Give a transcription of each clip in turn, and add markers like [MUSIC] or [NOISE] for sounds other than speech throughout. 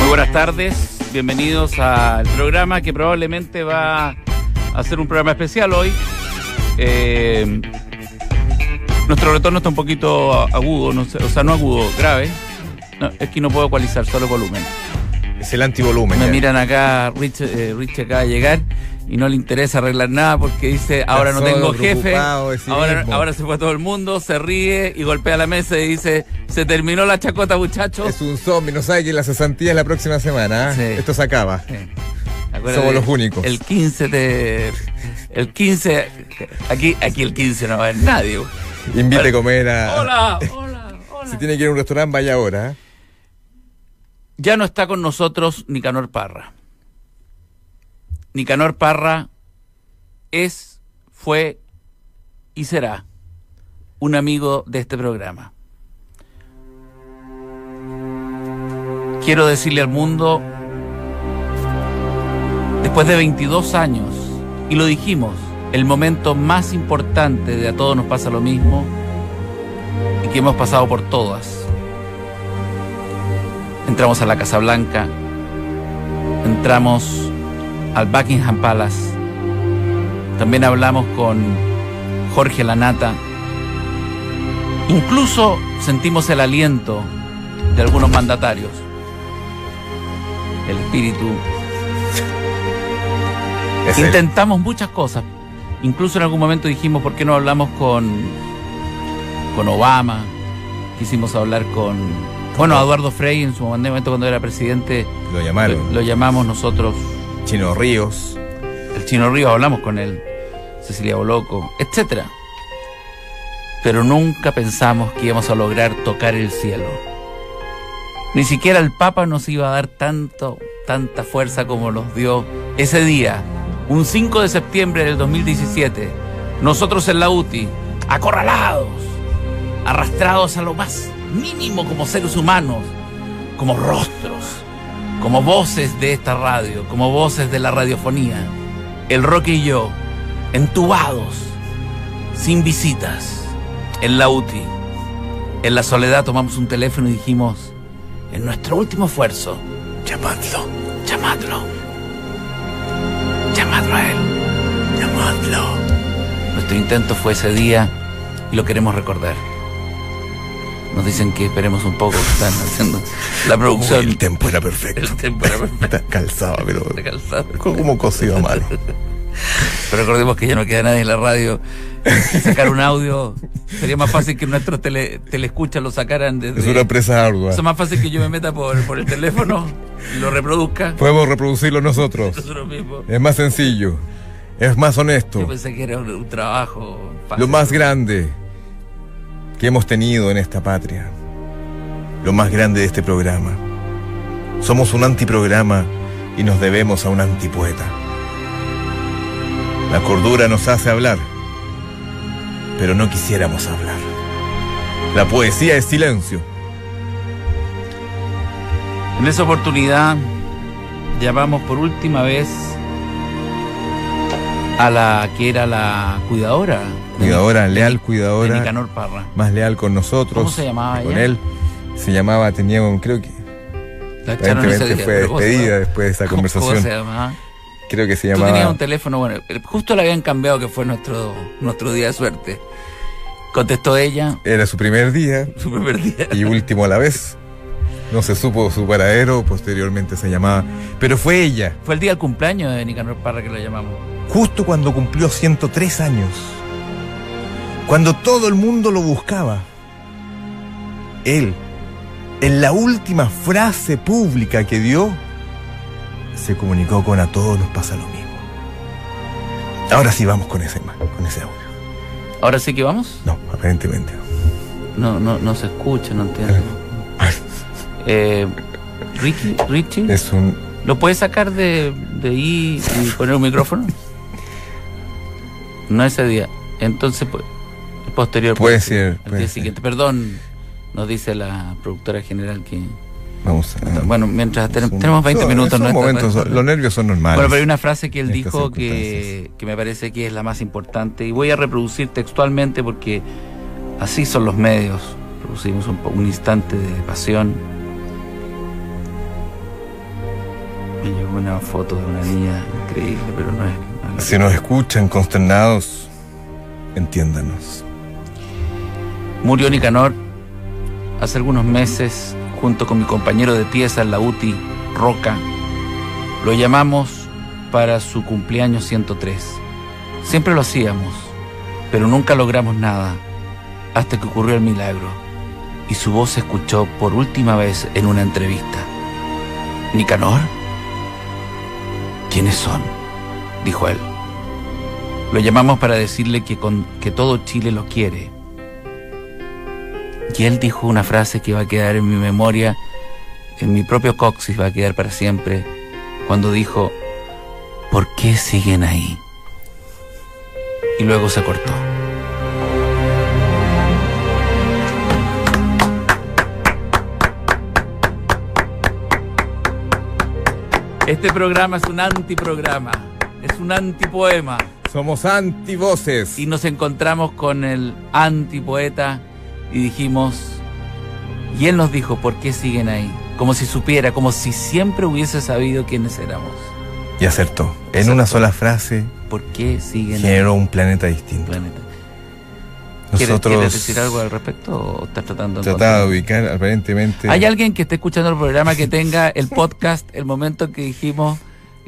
Muy buenas tardes, bienvenidos al programa que probablemente va a ser un programa especial hoy. Eh, nuestro retorno está un poquito agudo, no sé, o sea, no agudo, grave. No, es que no puedo ecualizar, solo volumen. Es el antivolumen. Me ya. miran acá, Rich, eh, Rich acaba de llegar y no le interesa arreglar nada porque dice, ahora no solo, tengo jefe, preocupado de sí ahora, mismo. ahora se fue todo el mundo, se ríe y golpea la mesa y dice, se terminó la chacota muchachos. Es un zombie, no sabe que la cesantía es la próxima semana. ¿ah? Sí. Esto se acaba. Sí. Acuérdate, Eh. Somos los únicos. El 15 de... El 15... Aquí, aquí el 15 no va a haber nadie. güey. Invite Bueno. a comer a. Hola, hola, hola. Si tiene que ir a un restaurante, vaya ahora. ¿ah? Ya no está con nosotros Nicanor Parra. Nicanor Parra es, fue y será un amigo de este programa. Quiero decirle al mundo, después de 22 años, y lo dijimos, el momento más importante de a todos nos pasa lo mismo y que hemos pasado por todas. Entramos a la Casa Blanca. Entramos al Buckingham Palace. También hablamos con Jorge Lanata. Incluso sentimos el aliento de algunos mandatarios. El espíritu. Es él. Intentamos muchas cosas. Incluso en algún momento dijimos, ¿por qué no hablamos con, con Obama? Quisimos hablar con... Bueno, a Eduardo Frei en su momento cuando era presidente Lo llamaron. lo llamamos nosotros Chino Ríos. el Chino Río, hablamos con él, Cecilia Boloco, etcétera. Pero nunca pensamos que íbamos a lograr tocar el cielo. Ni siquiera el Papa nos iba a dar tanto, tanta fuerza como nos dio ese día, un 5 de septiembre del 2017. Nosotros en la UTI, acorralados, arrastrados a lo más mínimo como seres humanos, como rostros, como voces de esta radio, como voces de la radiofonía el Roque y yo, entubados, sin visitas, en la UTI. En la soledad tomamos un teléfono y dijimos, en nuestro último esfuerzo, llamadlo, llamadlo, llamadlo a él, llamadlo. Nuestro intento fue ese día y lo queremos recordar. Nos dicen que esperemos un poco, están haciendo la producción. El tiempo era perfecto. El tiempo era [LAUGHS] perfecto. Está calzado, pero. de calzado. Como cocido [LAUGHS] a mano. Pero recordemos que ya no queda nadie en la radio. Y Sacar un audio sería más fácil que nuestros tele, teleescuchas lo sacaran desde. Es una empresa ardua. Eso es más fácil que yo me meta por, por el teléfono y lo reproduzca. Podemos [LAUGHS] reproducirlo nosotros. Nosotros mismos. Es más sencillo. Es más Yo honesto. pensé que era un, un trabajo fácil. Lo más grande que hemos tenido en esta patria. Lo más grande de este programa. Somos un antiprograma y nos debemos a un antipoeta. La cordura nos hace hablar, pero no quisiéramos hablar. La poesía es silencio. En esa oportunidad llamamos por última vez a la que era la cuidadora. de- Cuidadora, leal de cuidadora, Nicanor Parra. más leal con nosotros. ¿Cómo se llamaba que Con ella? él se llamaba, tenía un, creo que La echaron ese evidentemente día, fue pero ¿cómo se despedida llama? después de esa ¿Cómo- ¿Cómo se conversación. llamaba? Creo que se Tú tenías llamaba un teléfono, bueno, el- justo le habían cambiado que fue nuestro, nuestro día de suerte. Contestó ella, [LAUGHS] Era su primer día su primer día. y último a la vez. No se supo su paradero, posteriormente se llamaba. Pero fue ella, Fue el día del cumpleaños de Nicanor Parra que lo llamamos. justo cuando cumplió 103 años, cuando todo el mundo lo buscaba. Él, en la última frase pública que dio, se comunicó con a todos nos pasa lo mismo. Ahora sí vamos con ese, ma- con ese audio. ¿Ahora sí que vamos? No, aparentemente no. No, no, no se escucha, no entiendo. [LAUGHS] Eh, Ricky, Richie, Es un ¿lo puedes sacar de, de ahí y poner un micrófono? No ese día. Entonces, po- posterior. pues, Puede ser, Al puede día ser. siguiente. Perdón, nos dice la productora general que Vamos a- Bueno, mientras ten- es un- tenemos 20 son- minutos, son ¿no? momentos, Esta- los nervios son normales. Bueno, pero hay una frase que él en estas dijo que, circunstancias. que me parece que es la más importante y voy a reproducir textualmente porque así son los medios. Producimos un, po- un instante de pasión. Me llegó una foto de una niña increíble, pero no es... no es la- Si nos escuchan consternados, entiéndanos. Murió Nicanor hace algunos meses junto con mi compañero de pieza en la UTI, Roca. Lo llamamos para su cumpleaños 103. Siempre lo hacíamos, pero nunca logramos nada hasta que ocurrió el milagro y su voz se escuchó por última vez en una entrevista. Nicanor, ¿quiénes son? dijo él. Lo llamamos para decirle que, con- que todo Chile lo quiere, y él dijo una frase que va a quedar en mi memoria, en mi propio coxis va a quedar para siempre, cuando dijo, ¿por qué siguen ahí? Y luego se cortó. Este programa es un antiprograma, es un antipoema. Somos antivoces. Y nos encontramos con el antipoeta y dijimos, y él nos dijo, ¿por qué siguen ahí? Como si supiera, como si siempre hubiese sabido quiénes éramos. Y acertó. En Acertó. una sola frase ¿Por qué siguen ahí? generó un planeta el distinto. planeta? ¿Quieres, quieres Nosotros decir algo al respecto o estás tratando de trataba de encontrar- ubicar aparentemente. ¿Hay alguien que esté escuchando el programa que tenga el podcast, el momento que dijimos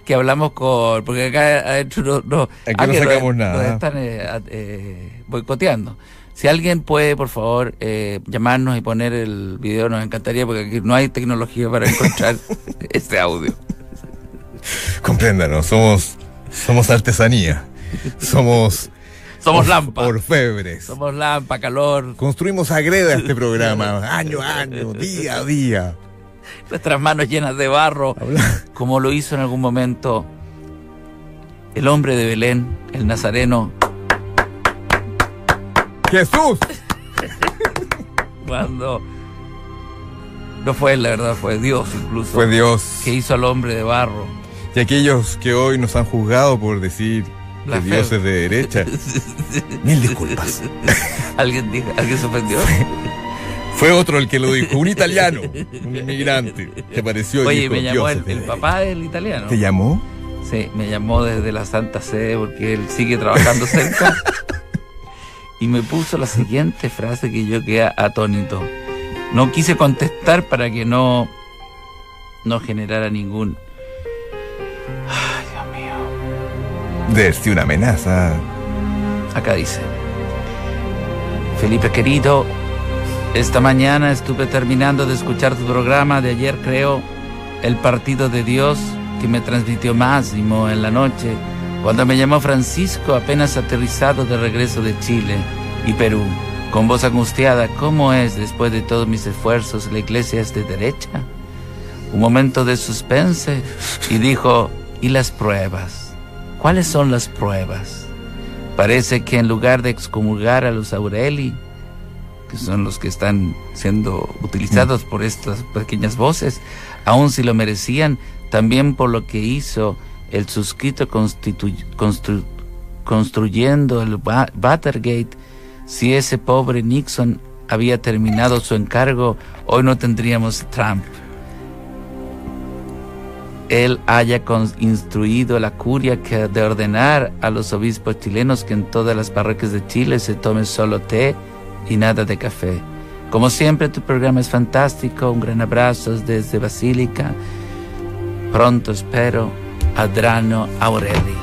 que hablamos con... Porque acá adentro no... no, Aquí ah, no que nos- sacamos nada. nos están eh, a- eh, boicoteando. Si alguien puede, por favor, eh, llamarnos y poner el video, nos encantaría porque aquí no hay tecnología para [LAUGHS] encontrar ese audio. Compréndanos, somos, somos artesanía. Somos. [LAUGHS] Somos orf- Lampa. Orfebres. Somos Lampa, calor. Construimos a greda [LAUGHS] este programa, año a año, día a día. nuestras manos llenas de barro, Habla- como lo hizo en algún momento el hombre de Belén, el nazareno, ¡Jesús! cuando no fue él, la verdad, fue Dios incluso, Fue Dios. que hizo al hombre de barro. [LAUGHS] Y aquellos que hoy nos han juzgado por decir que Blasfemo. Dios es de [LAUGHS] derecha, mil disculpas. ¿Alguien, dijo- ¿Alguien se ofendió? Fue otro el que lo dijo, un italiano, un inmigrante, que apareció y Oye, dijo, me llamó "Dios eh. el, es de el derecha". papá del italiano. ¿Te llamó? Sí, me llamó desde la Santa Sede porque él sigue trabajando [LAUGHS] cerca. y me puso la siguiente frase que yo quedé atónito. No quise contestar para que no, no generara ningún... Ay, Dios mío. De sí, una amenaza. Acá dice, Felipe querido, esta mañana estuve terminando de escuchar tu programa de ayer, creo, el partido de Dios que me transmitió Máximo en la noche, cuando me llamó Francisco apenas aterrizado de regreso de Chile y Perú, con voz angustiada, ¿cómo es después de todos mis esfuerzos la iglesia es de derecha? Un momento de suspense y dijo, ¿y las pruebas? ¿Cuáles son las pruebas? Parece que en lugar de excomulgar a los Aureli, que son los que están siendo utilizados por estas pequeñas voces, aun si lo merecían, también por lo que hizo el suscrito constitu- constru- construyendo el Ba- Watergate, si ese pobre Nixon había terminado su encargo, hoy no tendríamos Trump él haya con- instruido a la curia que de ordenar a los obispos chilenos que en todas las parroquias de Chile se tome solo té y nada de café. Como siempre, tu programa es fantástico. Un gran abrazo desde Basílica. Pronto espero, Adrano Aureli.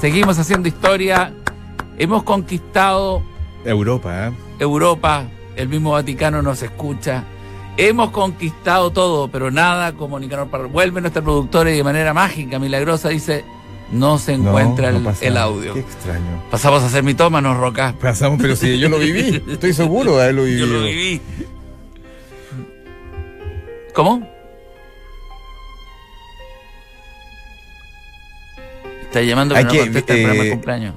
Seguimos haciendo historia. Hemos conquistado Europa, ¿eh? Europa, el mismo Vaticano nos escucha. Hemos conquistado todo, pero nada como Nicanor Parra. Vuelve nuestra productora y de manera mágica, milagrosa, dice, no se No, encuentra no el- pasa el, nada. audio. Qué extraño. Pasamos a ser mitómanos, Roca. Pasamos, pero si yo lo viví, estoy seguro de [LAUGHS] haberlo Yo vivido. lo viví. ¿Cómo? Está llamando Hay pero no que, contesta el programa de eh, cumpleaños.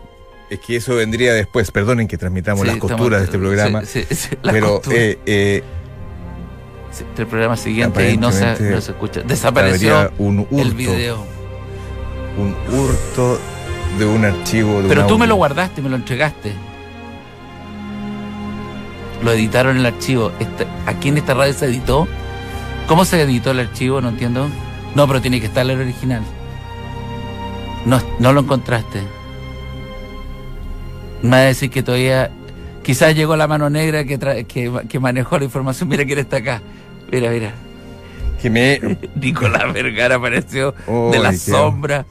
Es que eso vendría después. Perdonen que transmitamos Sí, las estamos- costuras de este programa. sí, sí, [LAUGHS] sí, las pero costuras. eh, eh, Sí, el programa siguiente y no se, aparentemente no se escucha. Desapareció habría un hurto. el video. Un hurto de un archivo. De Pero un tú me lo audio. guardaste, me lo entregaste. Lo editaron en el archivo. Este- aquí en esta radio se editó. ¿Cómo se editó el archivo? No entiendo. No, pero tiene que estar el original. No, no lo encontraste. Me va a decir que todavía. Quizás llegó la mano negra que, tra- que, que manejó la información. Mira quién está acá. Mira, mira. Que me. Nicolás Vergara apareció Oh, de la qué- sombra.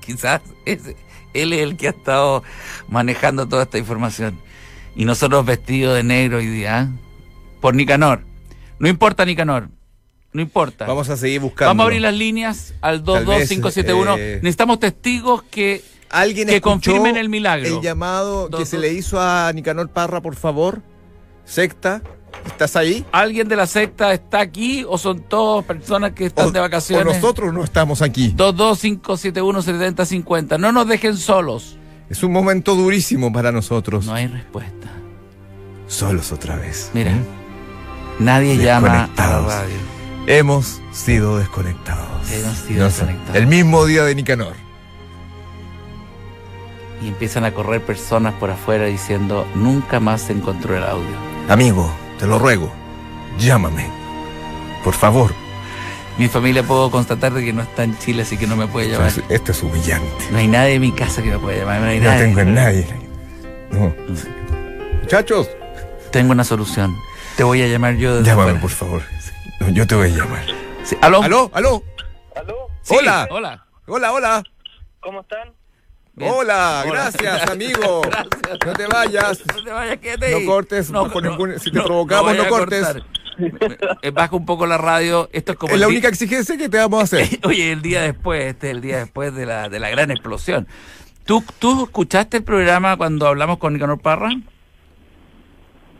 Quizás ese- él es el que ha estado manejando toda esta información. Y nosotros vestidos de negro hoy día, ¿eh? por Nicanor. No importa, Nicanor. No importa. Vamos a seguir buscando. Vamos a abrir las líneas al Tal vez, 22571. eh, Necesitamos testigos que, ¿Alguien que escuchó confirmen el milagro. el llamado Dos, que se dos. le hizo a Nicanor Parra, por favor? Secta, ¿estás ahí? ¿Alguien de la secta está aquí o son todos personas que están O- de vacaciones? O nosotros no estamos aquí. 225717050. No nos dejen solos. Es un momento durísimo para nosotros. No hay respuesta. Solos otra vez. Mira, ¿Mm? nadie llama a la Desconectados. radio. Hemos sido desconectados. Hemos sido No sé. desconectados. El mismo día de Nicanor. Y empiezan a correr personas por afuera diciendo, nunca más se encontró el audio. Amigo, te lo ruego, llámame. Por favor. Mi familia puedo constatar de que no está en Chile, así que no me puede llamar. Esto Este es humillante. No hay nadie en mi casa que me pueda llamar. No, hay No nadie. tengo en nadie. No. Muchachos, Tengo una solución. Te voy a llamar yo desde llámame, afuera. por favor. No, yo te voy a llamar. Sí, ¿Aló? ¿Aló? ¿Aló? ¿Aló? Sí, Hola. Hola. Hola, hola. ¿Cómo están? Bien. Hola, Hola. [LAUGHS] gracias, amigo. No te vayas. No te vayas, quédate ahí. No cortes, bajo ningún- si te provocamos, vayas no a cortes. cortar. Eh, Baja un poco la radio. Esto es como Es el la di- única exigencia que te vamos [LAUGHS] a hacer. Oye, el día después, este es el día después de la, de la gran explosión. ¿Tú, ¿Tú escuchaste el programa cuando hablamos con Nicanor Parra?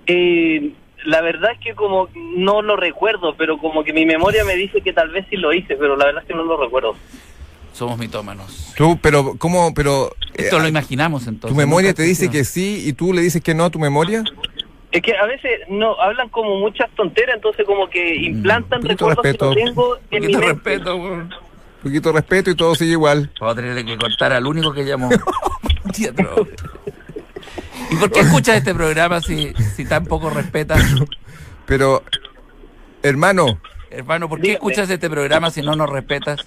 Eh, la verdad es que como no lo recuerdo, pero como que mi memoria me dice que tal vez sí lo hice, pero la verdad es que no lo recuerdo. Somos mitómanos. Tú, pero, ¿cómo? Pero. eh, Esto lo imaginamos entonces. ¿Tu memoria nunca te dice existió. que sí y tú le dices que no a tu memoria? Es que a veces no hablan como muchas tonteras, entonces como que implantan poquito recuerdos respeto, que no tengo en mi Mm, Poquito mente. respeto, por... Un poquito de respeto y todo sigue igual. Vamos a tener que cortar al único que [LAUGHS] llamó. Teatro. ¿Y por qué escuchas este programa si, si tan poco respetas? Pero, hermano, Hermano, ¿por qué Dígame. escuchas este programa si no nos respetas?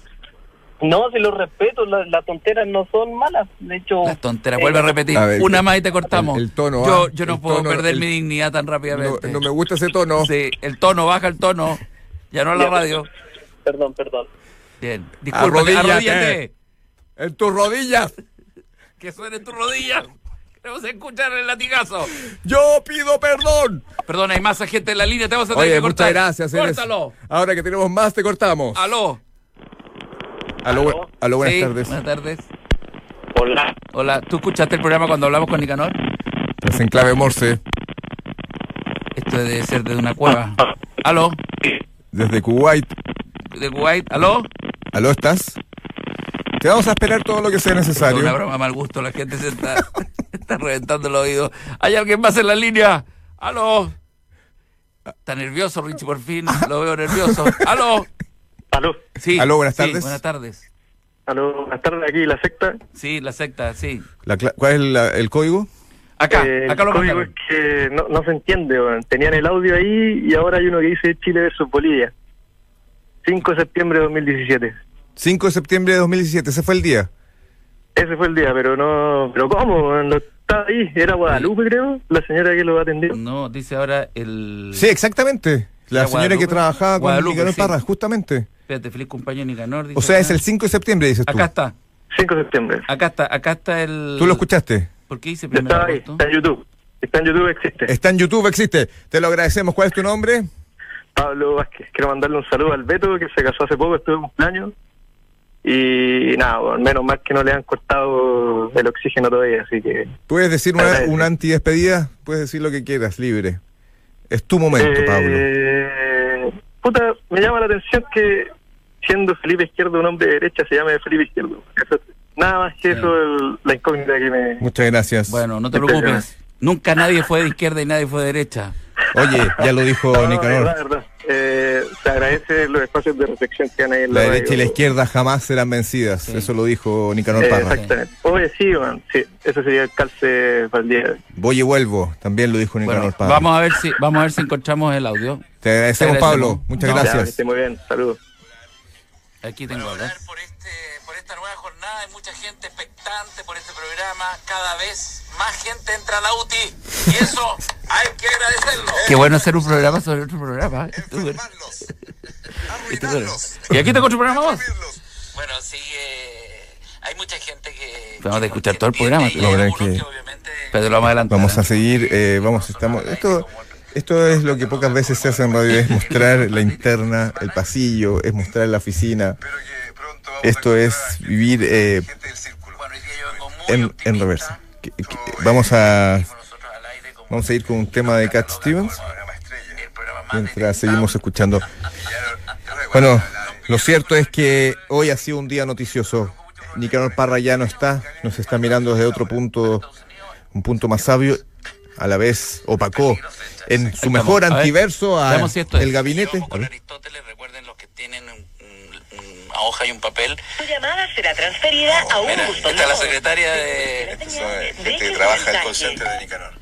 No, si lo respeto, la- las tonteras no son malas. De hecho, eh, Las tonteras, vuelve a repetir. A ver, Una más y te cortamos. el- el tono, Yo, ah, yo no el puedo tono, perder el- mi dignidad tan no, rápidamente. no me gusta ese tono. Sí, el tono, baja el tono. Ya no la Ya. radio. perdón, perdón. Bien. Disculpa, Arrodíllate. arrodíllate. En tus rodillas. Que suene tu rodilla. Queremos escuchar el latigazo. Yo pido perdón. Perdón, hay más gente en la línea. Te vamos a tener Oye, que muchas cortar. gracias. eres- Córtalo. Ahora que tenemos más, te cortamos. Aló. Aló, bu- aló, buenas Sí, tardes. Buenas tardes. Hola. Hola, ¿tú escuchaste el programa cuando hablamos con Nicanor? Estás en clave Morse, Esto debe ser de una cueva. Aló. desde Kuwait. De Kuwait. Aló. Aló, ¿estás? Te vamos a esperar todo lo que sea Una necesario. broma de mal gusto, la gente se está, [LAUGHS] está reventando el oído. ¿Hay alguien más en la línea? ¡Aló! Está nervioso, Richie, por fin. Lo veo nervioso. ¡Aló! Aló, Sí. Aló, buenas sí, tardes. buenas tardes. aló, buenas tardes, aquí la secta. Sí, la secta, sí. La cla- ¿Cuál es la- el código? Acá, Eh, acá lo el código mandaron. es que no, no se entiende, weón. tenían el audio ahí y ahora hay uno que dice Chile versus Bolivia. 5 de septiembre de 2017. 5 de septiembre de 2017, ese fue el día. Ese fue el día, pero no... ¿Pero cómo? weón? No estaba ahí, era Guadalupe, creo, la señora que lo atendió. No, dice ahora el. Sí, exactamente. La La señora Guadalupe. que trabajaba con Guadalupe, Nicanor sí. Parra, justamente. Espérate, feliz cumpleaños Nicanor. dice O sea, acá. es el 5 de septiembre, dices tú. Acá está, 5 de septiembre. acá está, acá está el. Tú lo escuchaste. ¿Por qué dice Yo primero estaba ahí, agosto? está en YouTube. Está en YouTube, existe. Está en YouTube, existe. Te lo agradecemos. ¿Cuál es tu nombre? Pablo Vázquez, quiero mandarle un saludo al Beto, que se casó hace poco, estuvo de cumpleaños. Y nada, weón, menos mal que no le han cortado el oxígeno todavía, así que... Puedes decir una, Agradece. una antidespedida, puedes decir lo que quieras, libre. Es tu momento, Pablo. Eh, Puta, me llama la atención que siendo Felipe Izquierdo un hombre de derecha se llame Felipe Izquierdo. Eso es Nada más que eso, el- la incógnita que me... Muchas gracias. Bueno, no te Este, preocupes. Nunca nadie fue de izquierda y nadie fue de derecha. Oye, ya lo dijo [LAUGHS] No, no, verdad, Nicanor. verdad. Eh, se agradece los espacios de reflexión que han ahí en La la, derecha y la radio. izquierda jamás serán vencidas. Sí. Eso lo dijo Nicanor Eh, Parra. exactamente. Oye, sí, man, sí, ese sería el calce para el día de hoy. Voy y vuelvo. También lo dijo Nicanor Bueno, Parra. vamos a ver si vamos a ver si encontramos el audio. Te Te agradecemos. agradecemos, Pablo. Muchas No. Ya, que gracias. esté muy bien, saludos. Aquí tengo acá. hablar por, este, por esta nueva jornada. Hay mucha gente expectante por este programa. Cada vez más gente entra a la UTI. Y eso [LAUGHS] hay que agradecerlo. Qué bueno hacer un programa sobre otro programa. ¿eh? Tú, bueno. [LAUGHS] Enfermarlos, arruinarlos, Y aquí tengo otro programa vos. deprimirlos. Bueno, sí, eh, hay mucha gente que... Vamos a que- escuchar que todo el programa, pero- entiende y hay Ahora algunos que- obviamente... Pero lo vamos a adelantar. Vamos a seguir, eh, vamos, estamos. Esto, esto es lo que pocas veces se hace en radio, es mostrar la interna, el pasillo, es mostrar la oficina. Pero que pronto vamos a Esto es encontrar vivir eh, a gente del círculo. Bueno, hoy día yo vengo muy en, optimista. en reversa. Que- que- Vamos a Nosotros al aire como vamos a ir con un tema de Cat Stevens Programa estrella. el programa más mientras seguimos escuchando. Pillaron- yo recuerdo Bueno, la- la- lo cierto es que hoy ha sido un día noticioso. Nicanor Parra ya no está, nos está mirando desde otro punto, un punto más sabio, a la vez opacó en su mejor A ver, antiverso a veamos si esto es. el gabinete. Yo con Aristóteles, recuerden los que tienen un- un- un- una hoja y un papel. Tu llamada será transferida a un Mira, buzón está la móvil. secretaria de Eso es gente Deje que su trabaja el mensaje. call center de Nicanor.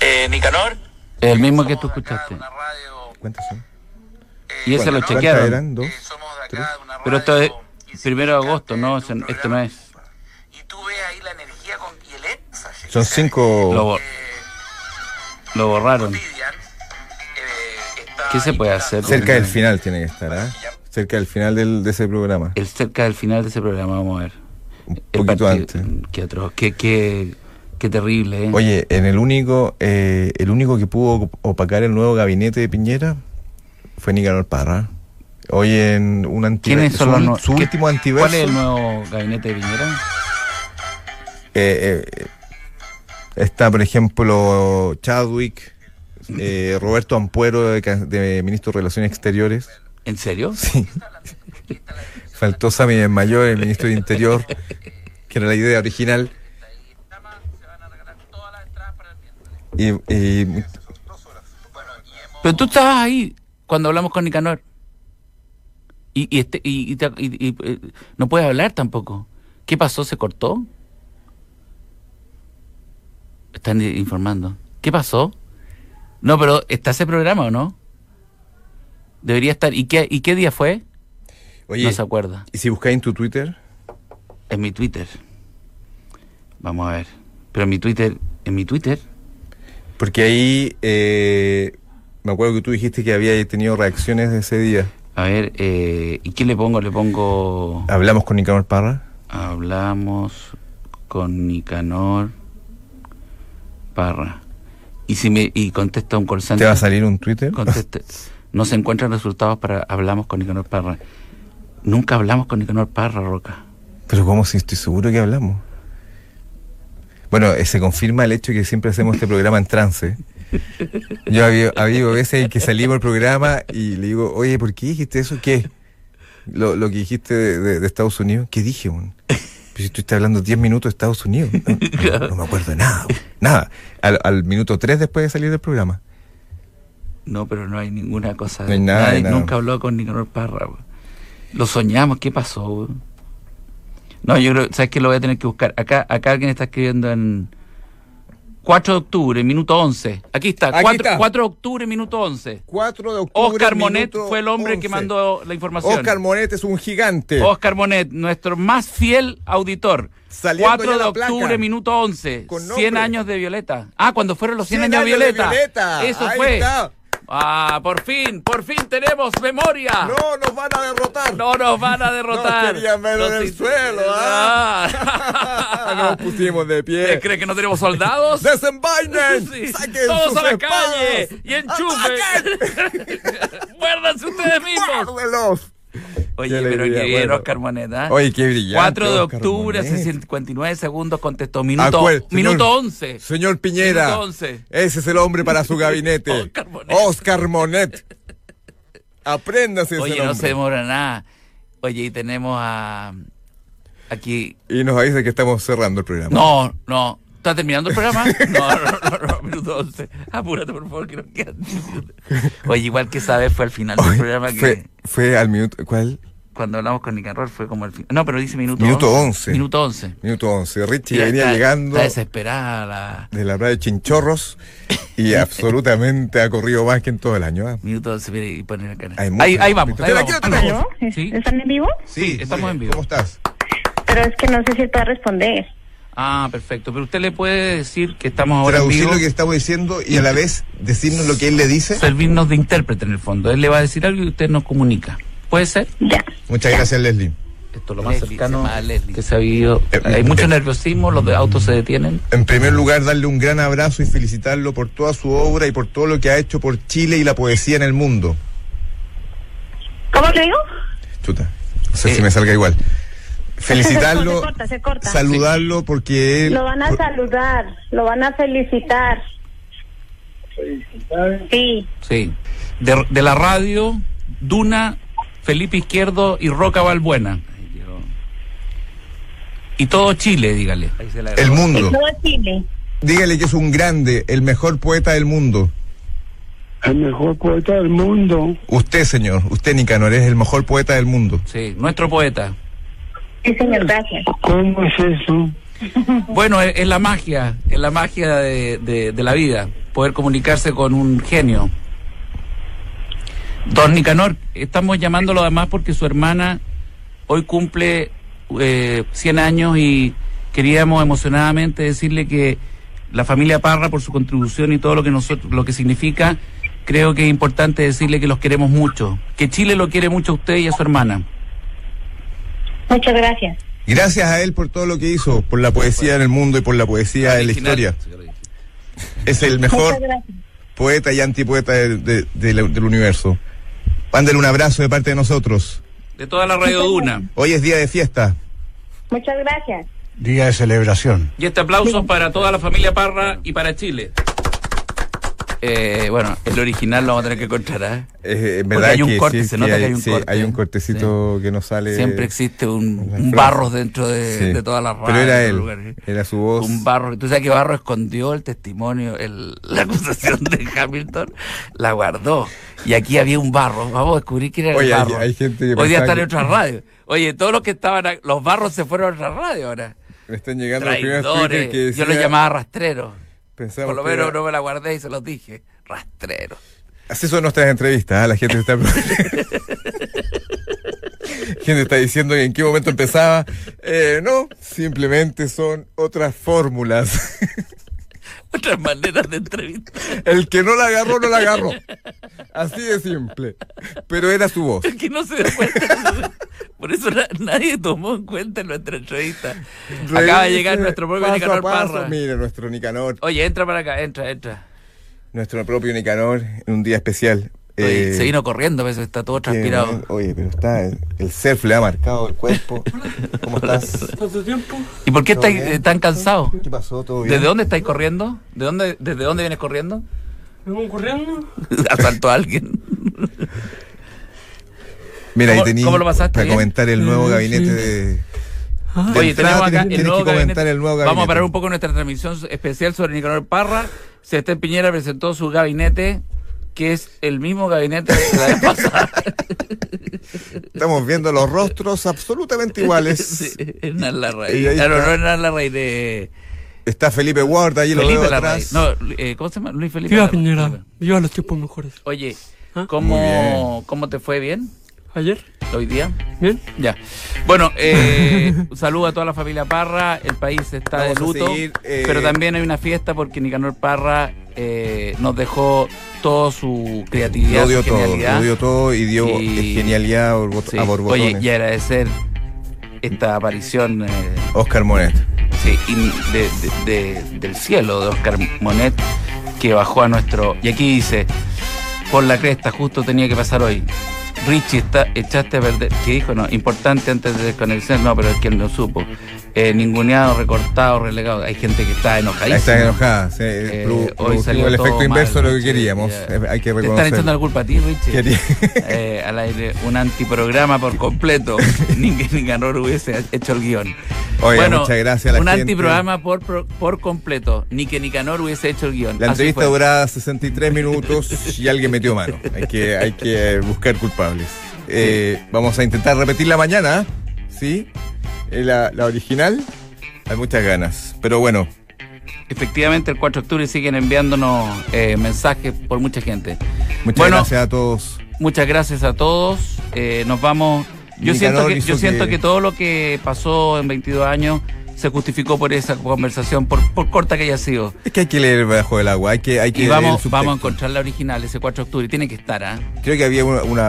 eh, Nicanor. El mismo que tú Somos de acá, escuchaste. una radio, ¿Cuántas son? eh, Y ese lo Nicanor, chequearon. ¿Cuántas eran? ¿Dos? eh, somos de acá, una Pero esto es radio primero de agosto, ¿no? insignificante, Se- Esto no es. este Y tú ves ahí la energía con, y el énfasis Son Lo, cinco. bo- eh, lo borraron. cotidian, eh, está ¿Qué se puede hacer? Cerca del final tiene que estar, ¿ah? Cerca del final del- de ese programa. El cerca del final de ese programa, vamos a ver. Un El poquito partido- antes. Qué atroz, qué, qué, qué terrible, ¿eh? Oye, en el único, eh, el único que pudo opacar el nuevo gabinete de Piñera fue Nicanor Parra. Hoy en un antiverso. ¿Quiénes son los su, nuevos? su ¿Qué- último antiverso. ¿Cuál es el nuevo gabinete de Piñera? Eh, eh, está, por ejemplo, Chadwick, eh, Roberto Ampuero, de, ca- de Ministro de Relaciones Exteriores. ¿En serio? Sí. Faltó Sammy Mayor, el Ministro de Interior, que era la idea original. Y, y Pero tú estabas ahí cuando hablamos con Nicanor. Y, y, este, y, y te- y- y, eh, no puedes hablar tampoco. ¿Qué pasó? ¿Se cortó? Están i- informando. ¿Qué pasó? No, pero ¿está ese programa o no? Debería estar. ¿Y qué, y qué día fue? Oye, no se acuerda. ¿y si buscáis en tu Twitter? En mi Twitter. Vamos a ver. Pero en mi Twitter. En mi Twitter. Porque ahí eh, me acuerdo que tú dijiste que había tenido reacciones de ese día. A ver. eh, ¿Y qué le pongo? Le pongo. Hablamos con Nicanor Parra. Hablamos con Nicanor Parra. Y si me y contesta un call ¿Te center, va a salir un Twitter? contesta, no se encuentran resultados para hablamos con Nicanor Parra. Nunca hablamos con Nicanor Parra, Roca. Pero ¿cómo si estoy seguro que hablamos? Bueno, eh, se confirma el hecho de que siempre hacemos este programa en trance. Yo había, había veces en que salimos del programa y le digo, oye, ¿por qué dijiste eso? ¿Qué? Lo, lo que dijiste de, de- de Estados Unidos. ¿Qué dije, weón? Pero si tú estás hablando 10 minutos de Estados Unidos. [LAUGHS] No, no me acuerdo de nada, weón. Nada. Al, al minuto 3 después de salir del programa. No, pero no hay ninguna cosa. No hay nada, Nadie hay nada. nunca habló con Nicanor Parra. bo. Lo soñamos, ¿qué pasó? bo? No, yo creo, ¿sabes qué? Lo voy a tener que buscar. Acá, acá alguien está escribiendo en 4 de octubre, minuto 11. Aquí está, Aquí 4, está. de octubre, minuto 11. 4 de Oscar Monet fue el hombre que mandó la información. Oscar Monet es un gigante. Oscar Monet, nuestro más fiel auditor. Saliendo 4 ya de la placa. octubre, minuto 11. Con 100 nombre. años de Violeta. Ah, cuando fueron los 100, 100 años, años de Violeta. Violeta. Eso Ahí fue. está. Ah, por fin, por fin tenemos memoria. No nos van a derrotar. No nos van a derrotar. Nos querían ver en Nos el in- suelo, ¿ah? [LAUGHS] Ah. Nos pusimos de pie. ¿Ustedes creen que no tenemos [LAUGHS] soldados? ¡Desenvainen! Sí. ¡Saquen Todos sus a la espadas! calle y [LAUGHS] enchufen. Muérdanse ustedes mismos. ¡Guárdelos! Oye, Qué pero alegría, qué bien, bueno. Oscar Monet, ¿ah? Oye, qué brillante. 4 de Oscar octubre, hace Monet. 59 segundos, contestó. Minuto, Acuer- señor- minuto 11. Señor Piñera, Minuto 11. ese es el hombre para su gabinete. Oscar Monet. Oscar Monet. Apréndase ese Oye, nombre. no se demora nada. Oye, y tenemos a aquí. Y nos avisa que estamos cerrando el programa. No, no. ¿Está terminando el programa? [LAUGHS] No, no, no, no, minuto 11. Apúrate, por favor, que nos quedan. [LAUGHS] Oye, igual que esa vez fue al final del Hoy programa que fue, fue al minuto. ¿Cuál? cuando hablamos con Nicanor fue como al final. No, pero dice minuto Minuto 11. Minuto 11. Minuto 11. Richie Ya venía está- llegando Está desesperada la. de la radio de Chinchorros [LAUGHS] y absolutamente ha corrido más que en todo el año. ¿ah? Minuto 11, mire, y poner la cara. Hay mucho. ahí, ahí vamos. Te Ahí la vamos. quiero, te la quiero. Vamos. Sí. ¿Están en vivo? Sí, estamos muy en bien. vivo. ¿Cómo estás? Pero es que no sé si puede responder. Ah, perfecto. Pero usted le puede decir que estamos ahora en Traducir vivo. lo que estamos diciendo y a la vez decirnos lo que él le dice. Servirnos de intérprete en el fondo. Él le va a decir algo y usted nos comunica. ¿Puede ser? Ya. Muchas gracias, Leslie. Esto es lo más cercano que se ha vivido. Eh, Hay eh, mucho eh. nerviosismo, los de autos se detienen. En primer lugar, darle un gran abrazo y felicitarlo por toda su obra y por todo lo que ha hecho por Chile y la poesía en el mundo. ¿Cómo te digo? Chuta, no sé Eh. si me [LAUGHS] salga igual. Felicitarlo, Se corta, se corta. saludarlo porque él... Lo van a saludar, lo van a felicitar. Sí, Sí. De, de la radio, Duna, Felipe Izquierdo y Roca Balbuena. Y todo Chile, dígale. el y mundo. todo Chile. Dígale que es un grande, el mejor poeta del mundo. El mejor poeta del mundo. Usted, señor, usted, Nicanor, es el mejor poeta del mundo. Sí, nuestro poeta. Sí, señor, gracias. ¿Cómo es eso? Bueno, es, es la magia, es la magia de, de- de la vida, poder comunicarse con un genio. Don Nicanor, estamos llamándolo además porque su hermana hoy cumple eh, 100 años y queríamos emocionadamente decirle que la familia Parra por su contribución y todo lo que nosotros lo que significa, creo que es importante decirle que los queremos mucho, que Chile lo quiere mucho a usted y a su hermana. Muchas gracias. Gracias a él por todo lo que hizo, por la poesía en el mundo y por la poesía de la historia. Es el mejor Muchas gracias. poeta y antipoeta de- de- de la- del universo. Mándale un abrazo de parte de nosotros. De toda la radio Duna. Hoy es día de fiesta. Muchas gracias. Día de celebración. Y este aplauso para toda la familia Parra y para Chile. Eh, bueno, el original lo vamos a tener que encontrar. ¿ah? Eh, en Porque verdad hay un que corte, sí, se nota que hay un sí, corte. Hay un cortecito que no sale. Siempre existe un, Una un flor. barro dentro de, Sí. de todas las Pero era radios, él. lugares. Era su voz. Un barro. Tú sabes que Barro escondió el testimonio, el- la acusación de Hamilton, la guardó. Y aquí había un barro. Vamos a descubrir quién era Oye, el hay- barro. hay gente que Hoy día pensaba están en que- otras radios. Oye, todos los que estaban. a- Los barros se fueron a otras radios ahora. Me están llegando los primeros Traidores. Twitter que Yo los decía- llamaba rastreros. pensamos Por lo que menos era- no me la guardé y se los dije. Rastrero. [LAUGHS] Así son nuestras entrevistas, ¿ah? la gente está [LAUGHS] gente está diciendo que en qué momento empezaba. Eh, no, simplemente son otras fórmulas. [LAUGHS] Otras maneras de entrevistar. El que no la agarró, no la agarró. Así de simple. Pero era su voz. Que no se dio cuenta. Por eso na- nadie tomó en cuenta nuestra entrevista. Acaba de llegar Revise nuestro propio paso a Nicanor paso. Parra. Mira, nuestro Nicanor, Oye, entra para acá, entra, entra. nuestro propio Nicanor, en un día especial. Oye, Eh, se vino corriendo, ves, está todo que- transpirado. Oye, pero está, el surf le ha marcado el cuerpo. ¿Cómo estás? ¿Y por qué ¿Todo estáis bien? eh, tan cansados? ¿Qué pasó? ¿Todo bien? ¿Desde dónde estáis corriendo? ¿De dónde, ¿Desde dónde vienes corriendo? [LAUGHS] ¿Vengo corriendo? Asaltó a alguien. Mira, ahí ¿Cómo- tenía cómo lo pasaste? para ¿Bien? Ah. comentar el nuevo gabinete de... de Oye, entrada tenemos acá tienes- el tienes nuevo, que comentar gabinete. el nuevo Vamos a gabinete. parar un poco nuestra transmisión especial sobre Nicanor Parra. Sebastián Piñera presentó su gabinete, que es el mismo gabinete de la vez [LAUGHS] pasada. [LAUGHS] Estamos viendo los rostros absolutamente iguales. [LAUGHS] Sí, Hernán Y Larraín. ahí Claro, está. no Hernán Larraín, eh, Está Felipe Ward, ahí lo veo Felipe Larraín. atrás. No, eh, ¿cómo se llama? Luis Felipe. Viva Larraín. Piñera, viva los tiempos mejores. Oye, ¿Ah? Muy ¿cómo, bien. ¿cómo te fue bien ¿Ayer? hoy día? ¿Bien? Ya. Bueno, eh, [LAUGHS] un saludo a toda la familia Parra. El país está Vamos de a luto. seguir, eh, Pero también hay una fiesta porque Nicanor Parra eh, nos dejó toda su creatividad, Lo dio su todo, genialidad. lo dio todo y dio Y- genialidad a, Borbot- Sí. a borbotones. Oye, y agradecer esta aparición eh, Oscar Monet. sí, in- de- de- de- del cielo de Oscar Monet que bajó a nuestro. Y aquí dice: Por la cresta, justo tenía que pasar hoy. Richie, está, echaste a perder. ¿Qué dijo? No, importante antes de desconexión. No, pero es que él no supo. Eh, ninguneado, recortado, relegado. Hay gente que está enojadísima. Está enojada. sí, Eh, produ- hoy productivo salió el todo efecto mal, inverso de lo que Richie, queríamos. ya. Eh, Hay que Te están echando reconocerlo. la culpa a ti, Richie. Quería- [LAUGHS] Eh, al aire, un antiprograma por [LAUGHS] completo. ni que Nicanor hubiese hecho el guión. Oiga, muchas gracias a la un gente. antiprograma por, pro- por completo. Ni que Nicanor hubiese hecho el guión. La Así entrevista fue. duraba 63 minutos y alguien metió mano. Hay que, hay que buscar culpables. Eh, Vamos a intentar repetirla mañana, ¿sí? Eh, La, la original. Hay muchas ganas. Pero bueno, Efectivamente, el 4 de octubre siguen enviándonos eh, mensajes por mucha gente. muchas Bueno. gracias a todos. Muchas gracias a todos. Eh, nos vamos. Yo siento, Nicanor que, yo hizo siento que- que todo lo que pasó en 22 años se justificó por esa conversación, por, por corta que haya sido. Es que hay que leer bajo el agua. Hay que, hay que Y leer el vamos, subtexto. vamos a encontrar la original, ese 4 de octubre. Tiene que estar, ¿ah? Creo que había una- una,